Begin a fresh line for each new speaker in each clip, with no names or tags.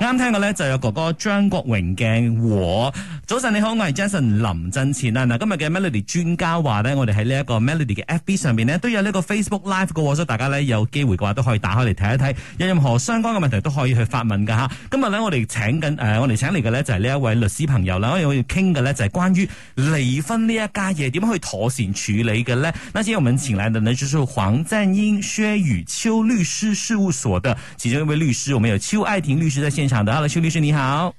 啱聽嘅咧就有哥哥張國榮嘅和。早晨你好，我係 Jason 林振前啊！嗱，今日嘅 Melody 專家話咧，我哋喺呢一個 Melody 嘅 FB 上邊呢，都有呢個 Facebook Live 嘅喎，所以大家咧有機會嘅話都可以打開嚟睇一睇，有任何相關嘅問題都可以去發問噶吓。今日咧我哋請緊誒、呃我哋請嚟嘅咧就係呢一位律師朋友啦，我哋要傾嘅咧就係關於離婚呢一家嘢點樣去妥善處理嘅咧。那今日我們請來的呢，就是黃贊英、薛宇秋律師事務所的其中一位律師，我們有邱愛婷律師在現場的。Hello，邱律師你好。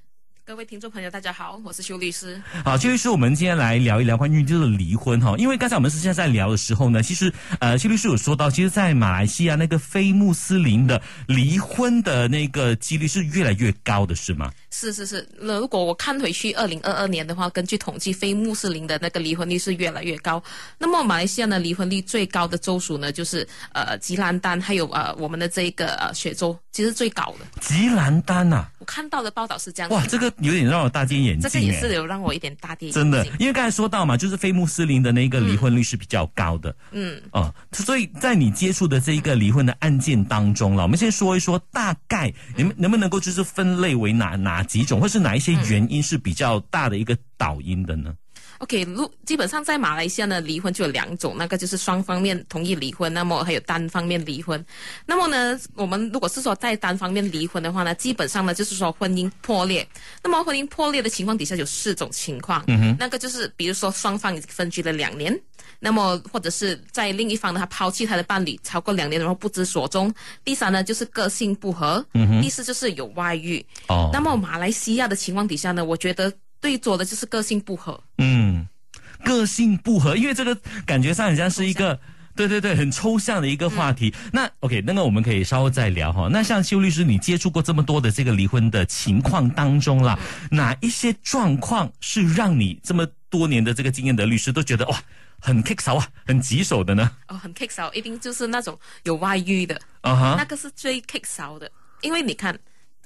各位听众朋友，大家好，我是邱律师。
好，邱律师，我们今天来聊一聊关于就是离婚哈，因为刚才我们私下在聊的时候呢，其实呃，邱律师有说到，其实，在马来西亚那个非穆斯林的离婚的那个几率是越来越高的，是吗？
是是是，如果我看回去二零二二年的话，根据统计，非穆斯林的那个离婚率是越来越高。那么马来西亚呢，离婚率最高的州属呢，就是呃吉兰丹，还有呃我们的这一个呃雪州，其实最高的。
吉兰丹啊呐、
我看到的报道是这样子，
哇，这个有点让我大跌眼镜
嗯这
哎，
个也是有让我一点大跌眼
真的
镜，
因为刚才说到嘛，就是非穆斯林的那个离婚率是比较高的，嗯，哦、所以在你接触的这一个离婚的案件当中了，我们先说一说大概你们能不能够就是分类为哪哪几种，或是哪一些原因是比较大的一个导因的呢？
OK，如基本上在马来西亚呢，离婚就有两种，那个就是双方面同意离婚，那么还有单方面离婚。那么呢，我们如果是说在单方面离婚的话呢，基本上呢就是说婚姻破裂。那么婚姻破裂的情况底下有四种情况，嗯哼，那个就是比如说双方已经分居了两年，那么或者是在另一方呢他抛弃他的伴侣超过两年，然后不知所踪。第三呢就是个性不合，嗯哼，第四就是有外遇。
哦
那么马来西亚的情况底下呢，我觉得最多的就是个性不合。
嗯，个性不合，因为这个感觉上很像是一个。对对对，很抽象的一个话题。那 OK，那个我们可以稍后再聊哈。那像邱律师，你接触过这么多的这个离婚的情况当中啦，哪一些状况是让你这么多年的这个经验的律师都觉得哇，很棘手啊，很棘手的呢？
哦，很 kick 少，一定就是那种有外遇的，
啊哈，
那个是最 kick 少的，因为你看。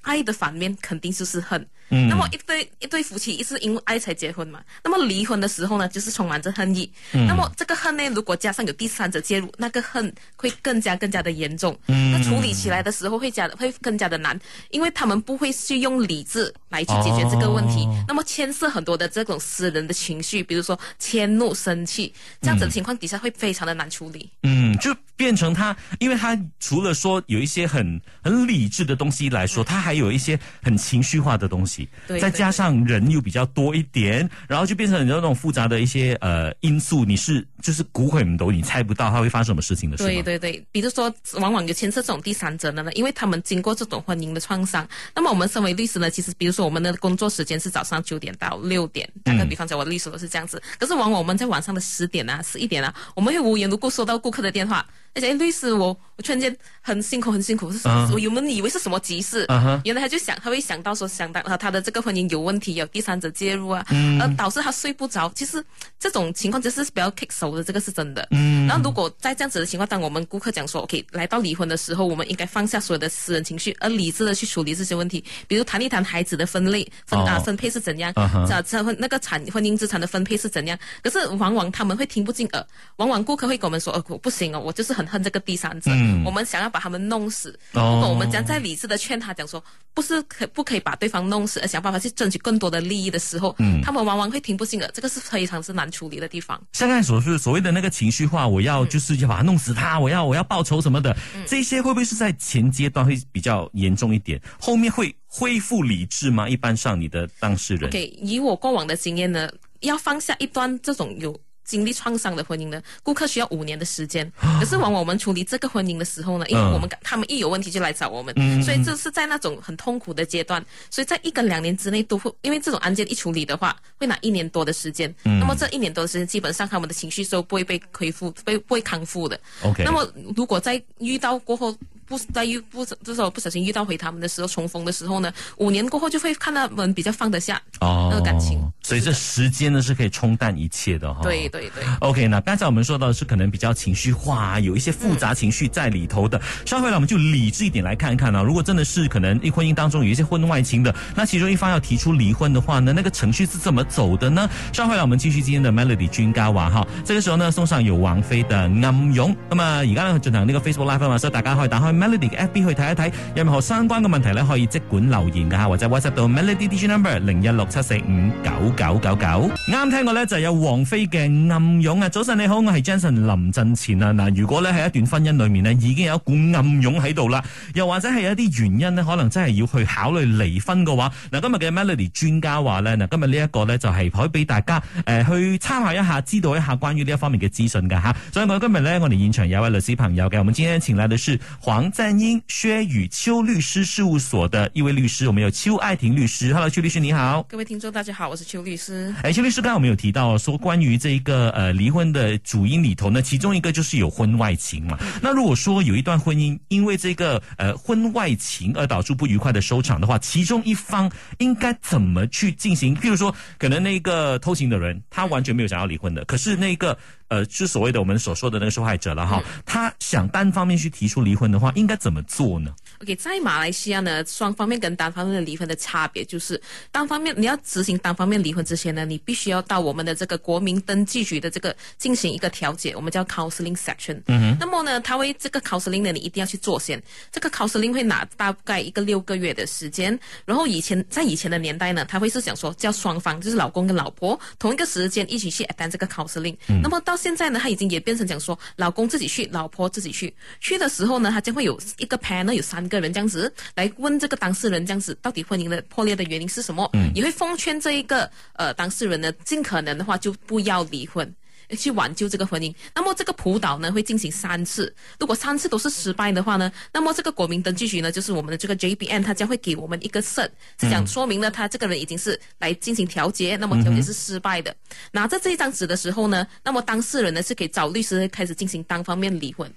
爱的反面肯定就是恨，嗯、那么一对一对夫妻一是因为爱才结婚嘛，那么离婚的时候呢，就是充满着恨意，
嗯
那么这个恨呢，如果加上有第三者介入，那个恨会更加更加的严重，
嗯
那处理起来的时候会加会更加的难，因为他们不会去用理智来去解决这个问题，
哦
那么牵涉很多的这种私人的情绪，比如说迁怒、生气，这样子的情况底下会非常的难处理。
嗯，就变成他，因为他除了说有一些很很理智的东西来说，他还有一些很情绪化的东西，
嗯对
再
对
加上人又比较多一点，然后就变成你知道那种复杂的一些呃因素，你是就是估佢唔到，你猜不到他会发生什么事情的事。
对对对，比如说，往往有牵涉这种第三者的呢，因为他们经过这种婚姻的创伤。那么我们身为律师呢，其实比如说我们的工作时间是早上九点到六点，打个比方讲，我的律师都是这样子。可是往往我们在晚上的十点啊、十一点啊，我们会无缘无故收到顾客的电话，而且哎律师我我突然间很辛苦很辛苦，是什么
嗯
我原本以为是什么急事
嗯哼
原来他就想他会想到说想到啊他的这个婚姻有问题，有第三者介入啊，
嗯
而导致他睡不着。其实这种情况就是比较棘手的，这个是真的。嗯，然后如果在这样子的情况，当我们顾客讲说 OK 来到离婚的时候，我们应该放下所有的私人情绪，而理智的去处理这些问题，比如谈一谈孩子的分类分、啊
哦
分配是怎样，
嗯哼
啊这婚那个产婚姻资产的分配是怎样。可是往往他们会听不进耳，往往顾客会跟我们说哦我不行哦，我就是很恨这个第三者，
嗯
我们想要把他们弄死。
哦
如果我们将再理智的劝他讲说，不是可不可以把对方弄死，而想办法去争取更多的利益的时候，他们往往会听不进耳，这个是非常之难处理的地方。
像刚才所说所谓的那个情绪化，我要就是要把他弄死他，我要我要报仇什么的，
嗯
这些会不会是在前阶段会比较严重一点，后面会恢复理智吗？一般上你的当事人
OK，以我过往的经验呢，要放下一段这种有经历创伤的婚姻呢，顾客需要五年的时间。可是往往我们处理这个婚姻的时候呢，因为我们、他们一有问题就来找我们，所以这是在那种很痛苦的阶段。所以在一跟两年之内都会，因为这种案件一处理的话，会拿一年多的时间。那么这一年多的时间，基本上他们的情绪是不会被恢复、被不会康复的。
OK
那么如果在遇到过后。不在遇不就是说不小心遇到回他们的时候重逢的时候呢，五年过后就会看到他们比较放得下，
哦
那个感情
所以这时间呢是可以冲淡一切的哈、
对对对，
OK，那刚才我们说到的是可能比较情绪化、啊，有一些复杂情绪在里头的。稍回来我们就理智一点来看看啊。如果真的是可能一婚姻当中有一些婚外情的，那其中一方要提出离婚的话呢，那个程序是怎么走的呢？稍回来我们继续今天的 Melody 君家话哈。这个时候呢，送上有王菲的《暗涌》。那么而家呢，进行呢个 Facebook Live 啊嘛，所以大家可以打开 Melody。上 Melody 嘅 FB 去睇一睇，任何相關嘅問題咧可以即管留言噶吓，或者 WhatsApp 到 Melody DJ number 零一六七四五九九九九。啱聽過咧就有王菲嘅《暗湧》啊，早晨你好，我係 Jason 林振前啊。嗱，如果咧喺一段婚姻裏面呢，已經有一股暗湧喺度啦，又或者係有一啲原因呢，可能真係要去考慮離婚嘅話，嗱，今日嘅 Melody 專家話咧，嗱，今日呢一個咧就係可以俾大家誒、呃去參考一下，知道一下關於呢一方面嘅資訊㗎吓。所以我今日咧，我哋現場有位律師朋友嘅，我們今天請來的是黃贊英薛與邱律師事務所的一位律師，我們有邱愛婷律師。Hello，邱律師你好。
各位听众，大家好，我是邱律师。
哎，邱律师，刚才我们有提到说，关于这个呃离婚的主因里头呢，其中一个就是有婚外情嘛。那如果说有一段婚姻因为这个呃婚外情而导致不愉快的收场的话，其中一方应该怎么去进行？譬如说，可能那个偷情的人他完全没有想要离婚的，可是那个呃，就所谓的我们所说的那个受害者了哈，他想单方面去提出离婚的话，应该怎么做呢？
OK，在马来西亚呢，双方面跟单方面的离婚的差别就是，单方面你要执行单方面离婚之前呢，你必须要到我们的这个国民登记局的这个进行一个调解，我们叫 counseling section。嗯那么呢，他会这个 counseling 呢，你一定要去做先。这个 counseling 会拿大概一个六个月的时间。然后以前在以前的年代呢，他会是想说叫双方，就是老公跟老婆同一个时间一起去 attend 这个 counseling、那么到现在呢，他已经也变成讲说，老公自己去，老婆自己去。去的时候呢，他将会有一个 panel 有三个人这样子来问这个当事人这样子，到底婚姻的破裂的原因是什么？也会奉劝这一个呃当事人呢，尽可能的话就不要离婚。去挽救这个婚姻，那么这个辅导呢会进行三次，如果三次都是失败的话呢，那么这个国民登记局呢，就是我们的这个 JBN，它将会给我们一个 cert，是讲说明呢他这个人已经是来进行调解，那么调解是失败的。拿着这一张纸的时候呢，那么当事人呢是可以找律师开始进行单方面离婚。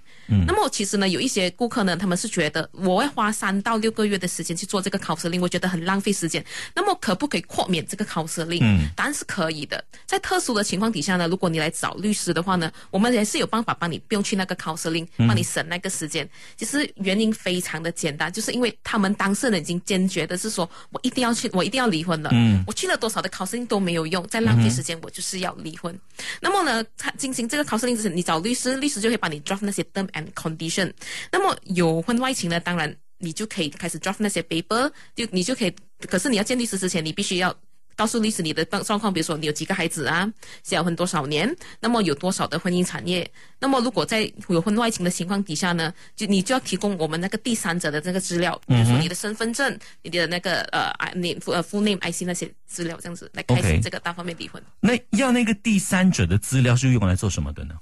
那么其实呢，有一些顾客呢，他们是觉得我要花三到六个月的时间去做这个 counseling，我觉得很浪费时间。那么可不可以豁免这个 counseling？答案是可以的。在特殊的情况底下呢，如果你来找律师的话呢，我们也是有办法帮你不用去那个 counseling，帮你省那个时间。其实原因非常的简单，就是因为他们当事人已经坚决的是说，我一定要去，我一定要离婚了。我去了多少的 counseling 都没有用，再浪费时间，我就是要离婚。那么呢，呃他进行这个 counseling 之前，你找律师，律师就会帮你 draft 那些 term and condition。那么有婚外情呢，当然你就可以开始 draft 那些 paper，就你就可以。可是你要见律师之前，你必须要。告诉律师你的状状况，比如说你有几个孩子啊，结婚多少年，那么有多少的婚姻产业，那么如果在有婚外情的情况底下呢，就你就要提供我们那个第三者的那个资料，比如说你的身份证、你的那个呃啊你呃 full name、IC 那些资料，这样子来开
OK
始这个单方面离婚。
那要那个第三者的资料是用来做什么的呢？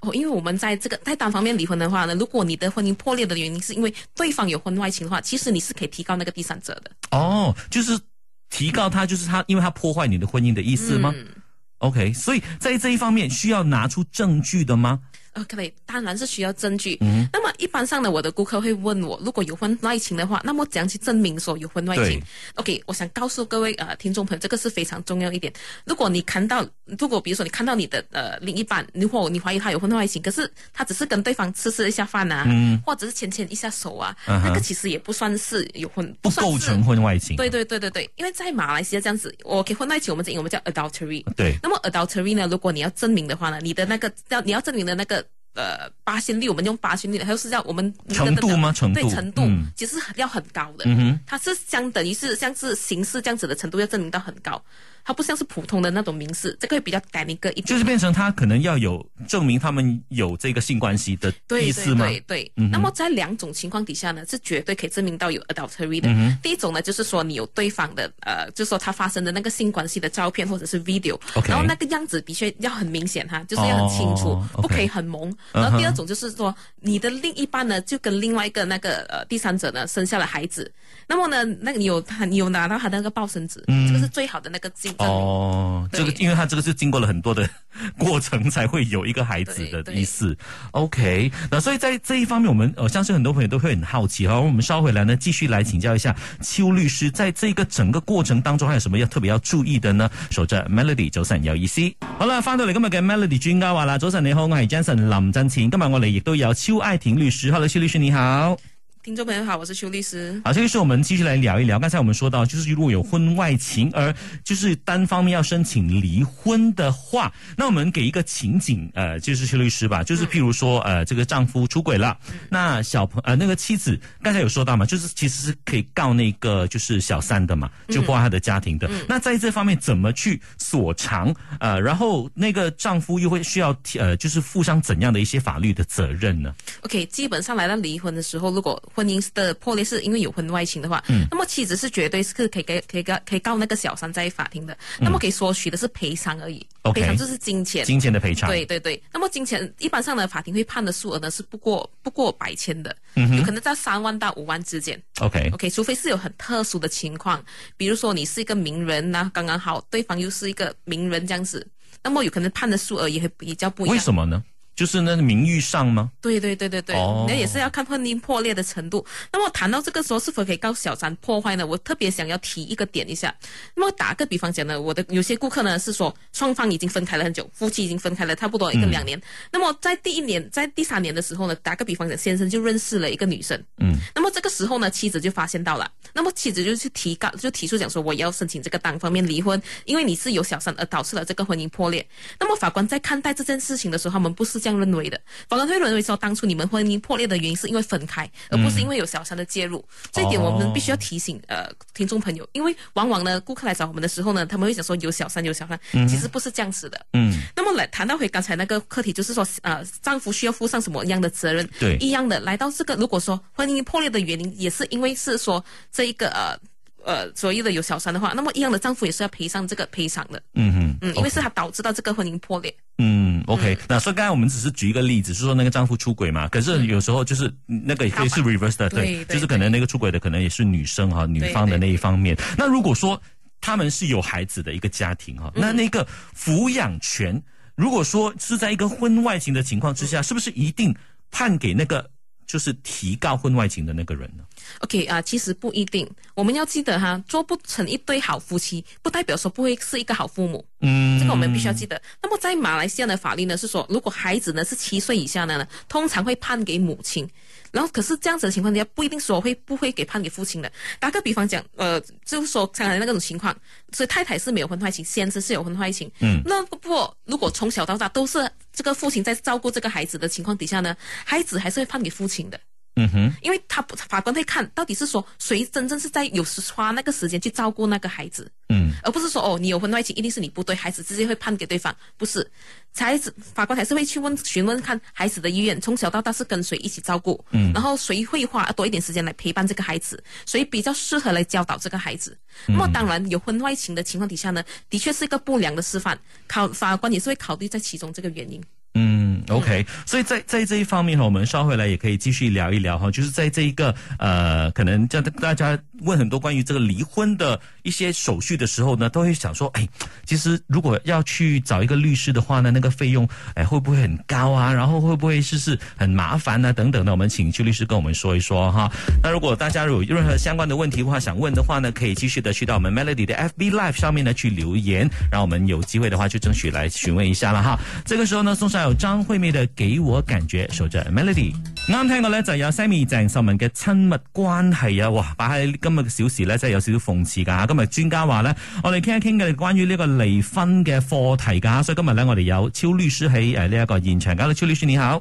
哦，因为我们在这个在单方面离婚的话呢，如果你的婚姻破裂的原因是因为对方有婚外情的话，其实你是可以提高那个第三者的。
哦，就是提告他，就是他，因为他破坏你的婚姻的意思吗、o
嗯
k 所以在这一方面需要拿出证据的吗？
OK，当呃然是需要证据。
嗯
那么一般上呢，我的顾客会问我，如果有婚外情的话，那么怎样去证明说有婚外
对
情？OK，我想告诉各位呃听众朋友，这个是非常重要一点。如果你看到，如果比如说你看到你的呃另一半，如果你怀疑他有婚外情，可是他只是跟对方吃吃一下饭啊，或者是牵牵一下手啊，
嗯哼
那个其实也不算是有婚，
不
算是
构成婚外情。啊
对对对对对，因为在马来西亚这样子，我给混在一起，我们这我们叫 adultery。
对
那么 adultery 呢，如果你要证明的话呢，你的那个要你要证明的那个呃八仙率，我们用八仙率，还有是叫我们
程度吗程度
对程度，
嗯
其实要很高的。
嗯哼
它是相等于是像是刑事这样子的程度，要证明到很高。它不像是普通的那种民事，这个会比较 d y n a m 一点。
就是变成他可能要有证明他们有这个性关系的
对
意思吗？嗯
对对对、那么在两种情况底下呢，是绝对可以证明到有 adultery 的。
嗯
第一种呢，就是说你有对方的呃，就是说他发生的那个性关系的照片或者是 video，、
OK
然后那个样子的确要很明显哈，就是要很清楚，
哦，OK
不可以很萌。
嗯哼
然后第二种就是说你的另一半呢，就跟另外一个那个呃第三者呢生下了孩子，那么呢，那个你有他你有拿到他的那个抱生纸，这个是最好的那个证证明。
嗯哦，这
对
个因为他这个是经过了很多的过程才会有一个孩子的
对对
意思。OK，那所以在这一方面，我们呃我相信很多朋友都会很好奇哈。我们稍回来呢，继续来请教一下邱律师，在这个整个过程当中，还有什么要特别要注意的呢？守着 Melody 早晨有意思。好啦，翻到嚟今日嘅 Melody 專家話啦，早晨你好，我係 Jason 林振前，今日我哋亦都有邱愛婷律師，Hello，邱律師你好。
听众朋友好，我是邱律师。
好，这个时候我们继续来聊一聊。刚才我们说到，就是如果有婚外情，而就是单方面要申请离婚的话，那我们给一个情景，呃，就是邱律师吧，就是譬如说，呃，这个丈夫出轨了，那小朋呃那个妻子刚才有说到嘛，就是其实是可以告那个就是小三的嘛，就破坏他的家庭的。那在这方面怎么去索偿？呃，然后那个丈夫又会需要呃，就是负上怎样的一些法律的责任呢？
OK，基本上来到离婚的时候，如果婚姻的破裂是因为有婚外情的话，
嗯
那么妻子是绝对是可以给可以告可以告那个小三在法庭的，那么可以索取的是赔偿而已，
OK
赔偿就是金钱。
金钱的赔偿？
呃对对对，那么金钱一般上呢，法庭会判的数额呢是不过不过百千的，
嗯
有可能在三万到五万之间。
，OK，
OK，除非是有很特殊的情况，比如说你是一个名人呐、刚刚好对方又是一个名人这样子，那么有可能判的数额也会比较不一
为
样。
什么呢？就是那名誉上吗？
对对对对对，
哦
那、也是要看婚姻破裂的程度。那么谈到这个时候，是否可以告小三破坏呢？我特别想要提一个点一下。那么打个比方讲呢，我的有些顾客呢是说双方已经分开了很久，夫妻已经分开了差不多一个两年。那么在第一年，在第三年的时候呢，打个比方讲，先生就认识了一个女生。
嗯，
那么这个时候呢，妻子就发现到了，那么妻子就去提告，就提出讲说我要申请这个单方面离婚，因为你是有小三而呃导致了这个婚姻破裂。那么法官在看待这件事情的时候，他们不是这样认为的，法官会认为说当初你们婚姻破裂的原因是因为分开，而不是因为有小三的介入。这一点我们必须要提醒呃听众朋友，因为往往呢顾客来找我们的时候呢，他们会讲说有小三有小三，其实不是这样子的。
嗯，
那么来谈到回刚才那个课题，就是说，呃，丈夫需要负上什么样的责任？
对
一样的，来到这个，如果说婚姻破裂的原因也是因为是说这一个呃呃所谓的有小三的话，那么一样的丈夫也是要赔上这个赔偿的，
嗯哼，
嗯，因为是他导致到这个婚姻破裂。
嗯，OK，那所以刚才我们只是举一个例子，是说那个丈夫出轨嘛，可是有时候就是嗯那个也可以是
倒
reverse 的，
对
对，
对
就是可能那个出轨的可能也是女生哈，女方的那一方面。那如果说他们是有孩子的一个家庭
嗯
哈，那那个抚养权，如果说是在一个婚外情的情况之下，是不是一定判给那个就是提告婚外情的那个人呢？
OK 啊、其实不一定，我们要记得哈，做不成一对好夫妻，不代表说不会是一个好父母。
嗯
这个我们必须要记得。那么在马来西亚的法律呢，是说如果孩子呢是七岁以下的呢，通常会判给母亲。然后可是这样子的情况底下，不一定说会不会给判给父亲的。打个比方讲，呃，就是说刚才那种情况，所以太太是没有婚外情，先生是有婚外情。嗯，那不过如果从小到大都是这个父亲在照顾这个孩子的情况底下呢，孩子还是会判给父亲的。
嗯哼，
因为他不法官会看到底是说谁真正是在有时花那个时间去照顾那个孩子，
嗯，
而不是说哦你有婚外情一定是你不对，孩子直接会判给对方，不是，孩子法官还是会去问询问看孩子的意愿，从小到大是跟谁一起照顾，嗯，然后谁会花多一点时间来陪伴这个孩子，谁比较适合来教导这个孩子。那么当然有婚外情的情况底下呢，的确是一个不良的示范，考法官也是会考虑在其中这个原因。
嗯，OK，所以在在这一方面哈，我们稍回来也可以继续聊一聊哈，就是在这一个呃，可能叫大家问很多关于这个离婚的一些手续的时候呢，都会想说，哎，其实如果要去找一个律师的话呢，那个费用哎会不会很高啊？然后会不会是是很麻烦呢、等等的，我们请邱律师跟我们说一说哈。那如果大家有任何相关的问题的话，想问的话呢，可以继续的去到我们 Melody 的 FB Live 上面呢去留言，然后我们有机会的话就争取来询问一下啦哈。这个时候呢，送上有张惠妹的《给我感覺》，守着 Melody。啱聽過咧，就有 Sammy 鄭秀文嘅親密關係啊！哇，擺喺今日嘅小時咧，真係有少少諷刺㗎。啊今日專家話咧，我哋傾一傾嘅關於呢個離婚嘅課題㗎，所以今日咧我哋有超律師喺呃誒呢一個現場㗎。超律師你好。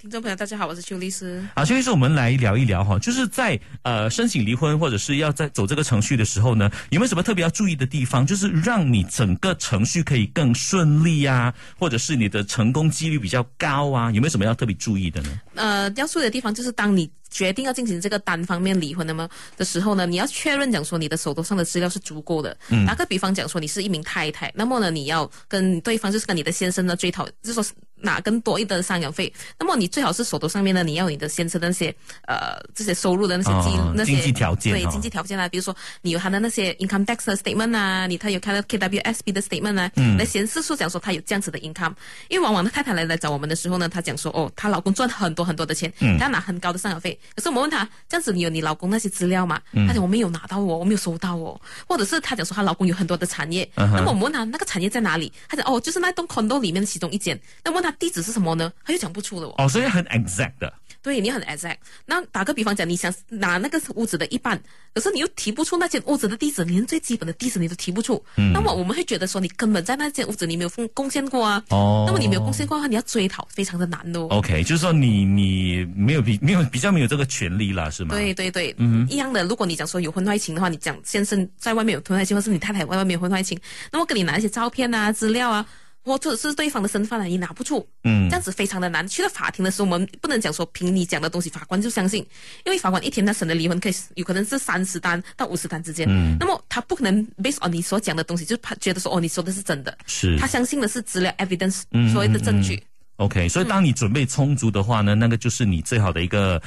听众朋友，大家好，我是邱律师。
啊，所以说我们来聊一聊哈，就是在呃申请离婚或者是要在走这个程序的时候呢，有没有什么特别要注意的地方？就是让你整个程序可以更顺利啊，或者是你的成功几率比较高啊，有没有什么要特别注意的呢？
呃，要注意的地方就是，当你决定要进行这个单方面离婚的么的时候呢，你要确认讲说你的手头上的资料是足够的。
嗯
打个比方讲说，你是一名太太，那么呢，你要跟对方就是跟你的先生呢追讨，就是说拿更多一的赡养费。那么你最好是手头上面呢，你要有你的先生的那些呃这些收入的那些经、
哦
那些
经济条件
对
哦
经济条件啊，比如说你有他的那些 income tax 的 statement 啊，你他有看到 KWSB 的 statement 啊，来显示说讲说他有这样子的 income。因为往往的太太来来找我们的时候呢，她讲说哦，她老公赚很多很多的钱，她要拿很高的赡养费。可是我们问她，这样子你有你老公那些资料吗？她讲我没有拿到哦，我没有收到哦，或者是她讲说她老公有很多的产业。那么我们问她那个产业在哪里？她讲哦，就是那栋 condo 里面的其中一间。那问她他地址是什么呢？他又讲不出了哦。
哦，所以很 exact 的。
对你很 exact。那打个比方讲，你想拿那个屋子的一半，可是你又提不出那间屋子的地址，连最基本的地址你都提不出。那么我们会觉得说，你根本在那间屋子你没有贡贡献过啊。
哦
那么你没有贡献过的话，你要追讨，非常的难的哦。
OK，就是说你你没有比没有比较没有这个权利了，是吗？
对对对，嗯，一样的。如果你讲说有婚外情的话，你讲先生在外面有婚外情，或是你太太外外面有婚外情，那么跟你拿一些照片啊、资料啊，或者是对方的身份啊，你拿不出，
嗯
这样子非常的难。去到法庭的时候，我们不能讲说凭你讲的东西，法官就相信，因为法官一天他审的离婚 case 有可能是三十单到五十单之间，嗯，那么他不可能 based on 你所讲的东西，就怕觉得说哦你说的是真的，
是
他相信的是资料 evidence 所谓的证据。
OK，所以当你准备充足的话呢，那个就是你最好的一个，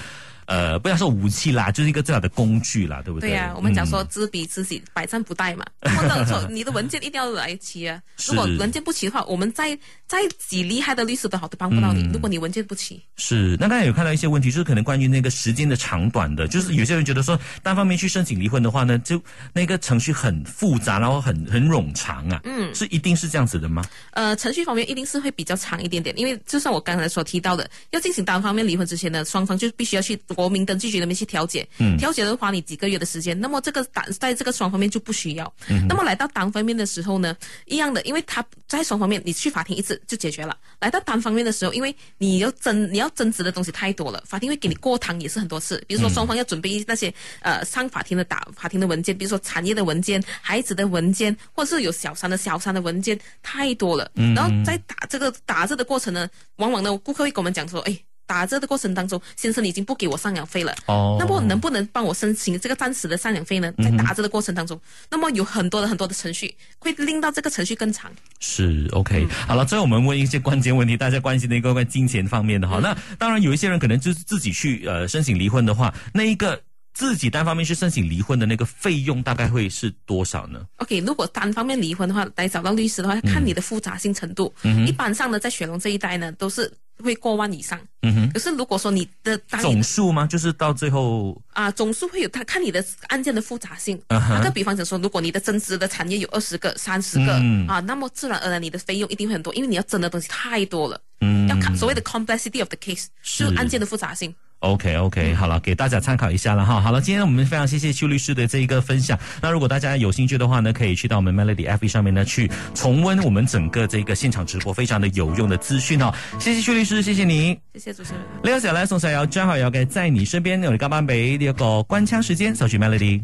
呃，不要说武器啦，就是一个最好的工具啦，对不
对
对？嗯
呀、我们讲说知彼知己，百战不 殆嘛。或者说你的文件一定要来齐啊，
是
如果文件不齐的话，我们再再几厉害的律师都好都帮不到你。
嗯
如果你文件不齐，
是，那刚才有看到一些问题，就是可能关于那个时间的长短的，就是有些人觉得说单方面去申请离婚的话呢，就那个程序很复杂，然后很很冗长啊，嗯，是一定是这样子的吗？
呃，程序方面一定是会比较长一点点，因为就像我刚才所提到的，要进行单方面离婚之前呢，双方就必须要去国民登记局那边去调解，
嗯
调解的话你几个月的时间，那么这个单在这个双方面就不需要，
嗯
那么来到单方面的时候呢，一样的，因为他在双方面你去法庭一次就解决了，来到单方面的时候，因为你要争你要争执的东西太多了，法庭会给你过堂也是很多次，比如说双方要准备那些呃上法庭的打法庭的文件，比如说产业的文件、孩子的文件，或者是有小三的小三的文件太多了。然后在打这个打这的过程呢，往往呢顾客会跟我们讲说，哎。打这的过程当中，先生已经不给我赡养费了。
哦
那么能不能帮我申请这个暂时的赡养费呢？在打这的过程当中，那么有很多的很多的程序，会令到这个程序更长。
是 OK，、好了，最后我们问一些关键问题，大家关心的一个关于金钱方面的哈。那当然有一些人可能就是自己去呃申请离婚的话，那一个自己单方面去申请离婚的那个费用大概会是多少呢？
OK，如果单方面离婚的话，来找到律师的话，
嗯
要看你的复杂性程度。一般上呢，在雪隆这一带呢，都是会过万以上。
嗯哼，
可是如果说你的单
总数吗？就是到最后
啊、总数会有它看你的案件的复杂性。
嗯哼
打个比方讲说，如果你的增值的产业有二十个、三十个、
嗯
啊，那么自然而然你的费用一定会很多，因为你要争的东西太多了。
嗯
要看所谓的 complexity of the case，
是
就是案件的复杂性。
OK OK，好了，给大家参考一下了哈。好了，今天我们非常谢谢邱律师的这一个分享。那如果大家有兴趣的话呢，可以去到我们 Melody F 上面呢去重温我们整个这个现场直播，非常的有用的资讯哦。谢谢邱律师，谢谢你。
谢谢主持人。
呢個時候咧，送上有張學友嘅《在你身邊》，我哋今晚俾呢一個關槍時間，守住 Melody。